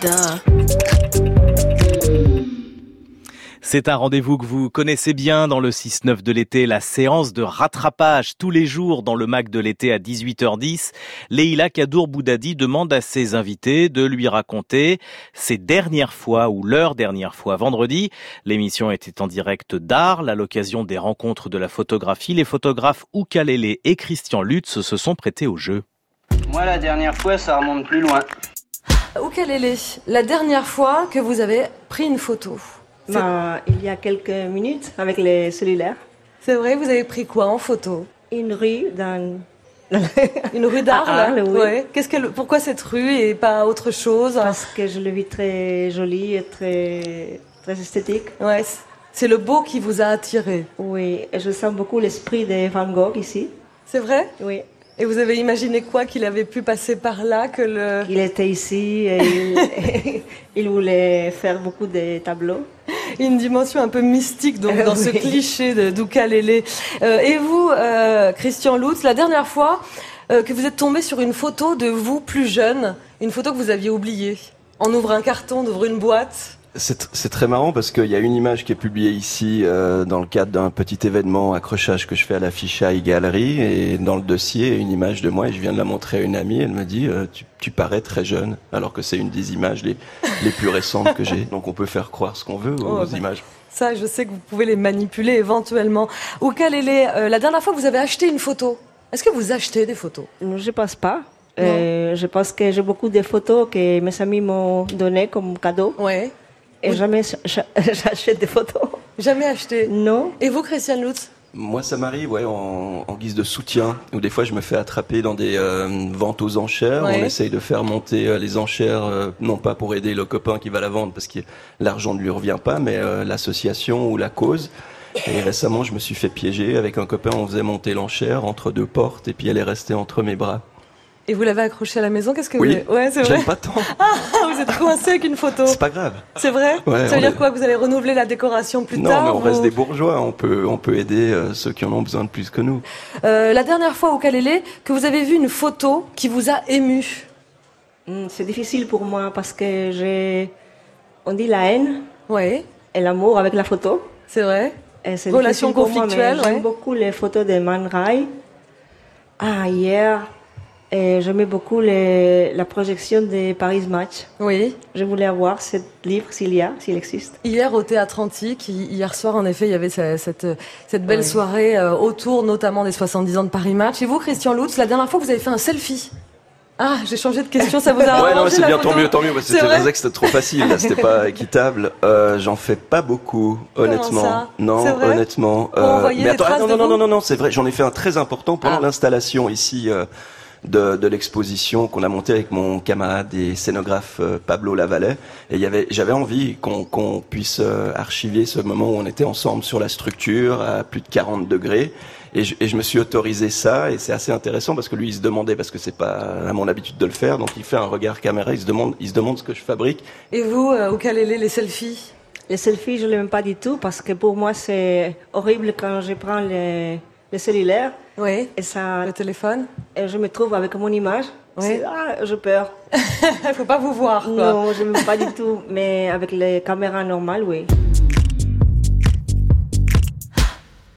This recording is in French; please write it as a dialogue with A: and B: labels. A: duh.
B: C'est un rendez-vous que vous connaissez bien dans le 6-9 de l'été, la séance de rattrapage tous les jours dans le MAC de l'été à 18h10. Leïla Kadour Boudadi demande à ses invités de lui raconter ses dernières fois ou leur dernière fois. Vendredi, l'émission était en direct d'Arles à l'occasion des rencontres de la photographie. Les photographes Oukalele et Christian Lutz se sont prêtés au jeu.
C: Moi, la dernière fois, ça remonte plus loin.
D: Oukalele, la dernière fois que vous avez pris une photo
E: Ben, il y a quelques minutes avec les cellulaires.
D: C'est vrai, vous avez pris quoi en photo
E: Une rue dans.
D: Une rue
E: À
D: d'Arles
E: Arles, oui.
D: Ouais. Qu'est-ce qu'elle, pourquoi cette rue et pas autre chose
E: Parce que je le vis très jolie et très, très esthétique.
D: Ouais, c- c'est le beau qui vous a attiré.
E: Oui, et je sens beaucoup l'esprit de Van Gogh ici.
D: C'est vrai
E: Oui.
D: Et vous avez imaginé quoi qu'il avait pu passer par là que le
E: Il était ici et il, il voulait faire beaucoup de tableaux.
D: une dimension un peu mystique donc
E: Euh,
D: dans ce
E: oui.
D: cliché de d'Ukalele. Euh, et vous euh, Christian Lutz, la dernière fois euh, que vous êtes tombé sur une photo de vous plus jeune, une photo que vous aviez oubliée. On ouvre un carton, on ouvre une boîte.
F: C'est c'est très marrant parce qu'il y a une image qui est publiée ici euh, dans le cadre d'un petit événement accrochage que je fais à la Fichaille Galerie et dans le dossier une image de moi et je viens de la montrer à une amie elle me dit euh, tu, tu parais très jeune alors que c'est une des images les, les plus récentes que j'ai donc on peut faire croire ce qu'on veut aux
D: Oh, bah.
F: images.
D: Ça, je sais que vous pouvez les manipuler éventuellement. Oukalele, euh, la dernière fois que vous avez acheté une photo, est-ce que vous achetez des photos
E: Non, Je pense pas. Euh, je pense que j'ai beaucoup de photos que mes amis m'ont données comme cadeau.
D: Ouais.
E: Et jamais j'a- j'achète des photos.
D: Jamais acheté.
E: Non.
D: Et vous Christian Lutz
F: Moi, ça m'arrive, ouais, en, en guise de soutien, ou des fois je me fais attraper dans des euh, ventes aux enchères.
D: Ouais.
F: On essaye de faire monter euh, les enchères, euh, non pas pour aider le copain qui va la vendre, parce que l'argent ne lui revient pas, mais euh, l'association ou la cause. Et récemment, je me suis fait piéger avec un copain. On faisait monter l'enchère entre deux portes, et puis elle est restée entre mes bras.
D: Et vous l'avez accroché à la maison Qu'est-ce que
F: Oui.
D: vous Ouais, c'est
F: J'aime
D: vrai.
F: pas tant.
D: Ah, vous êtes coincé avec une photo.
F: C'est pas grave.
D: C'est vrai
F: Ouais,
D: Ça veut
F: on
D: dire
F: est-
D: quoi Que vous allez renouveler la décoration plus
F: non,
D: tard
F: mais on
D: ou-
F: reste des bourgeois. On peut, on peut aider euh, ceux qui en ont besoin de plus que nous.
D: Euh, La dernière fois au Kalélé, que vous avez vu une photo qui vous a ému.
E: Hmm, C'est difficile pour moi parce que j'ai. On dit la haine
D: Ouais,
E: et l'amour avec la photo.
D: Eh, c'est vrai.
E: Et c'est
D: Relation
E: difficile pour moi, mais
D: conflictuelle, ouais.
E: J'aime beaucoup les photos de Man Ray. Ah, hier. Et j'aimais beaucoup les- la projection de Paris Match.
D: Oui.
E: Je voulais avoir ce livre s'il y a, s'il existe.
D: Hier au théâtre antique, hi- hier soir en effet, il y avait ce- cette, cette belle
E: Ouais.
D: soirée euh, autour notamment des 70 ans de Paris Match. Et vous, Christian Lutz, la dernière fois, vous avez fait un selfie. Ah, j'ai changé de question, ça vous a
F: Ouais, non, mais
D: arrangé
F: c'est
D: la
F: bien,
D: photo
F: tant mieux, tant mieux. parce que
D: C'est
F: C'était
D: vrai
F: vrai que c'était trop facile, là, c'était pas équitable. Euh, J'en fais pas beaucoup, honnêtement.
D: ça C'est
F: non,
D: vrai
F: honnêtement.
D: Pour envoyer
F: euh, mais
D: des
F: attends,
D: traces
F: non,
D: de
F: non, non,
D: vous
F: non, non, c'est vrai. J'en ai fait un très important pendant
D: Ah.
F: l'installation ici euh, de, de l'exposition qu'on a montée avec mon camarade et scénographe euh, Pablo Lavallet. Et il y avait, j'avais envie qu'on qu'on puisse euh, archiver ce moment où on était ensemble sur la structure à plus de 40 degrés. Et je, et je me suis autorisé ça, et c'est assez intéressant parce que lui, il se demandait, parce que c'est pas à mon habitude de le faire, donc il fait un regard caméra, il se demande, il se demande ce que je fabrique.
D: Et vous, euh, au Kalélé, les selfies
E: Les selfies, je ne l'aime pas du tout parce que pour moi, c'est horrible quand je prends les, les cellulaires
D: Oui.
E: et ça,
D: Le téléphone
E: et je me trouve avec mon image.
D: Ouais.
E: C'est- Ah, je peur.
D: Il faut pas vous voir, quoi.
E: Non, je ne pas du tout, mais avec les caméras normales, oui.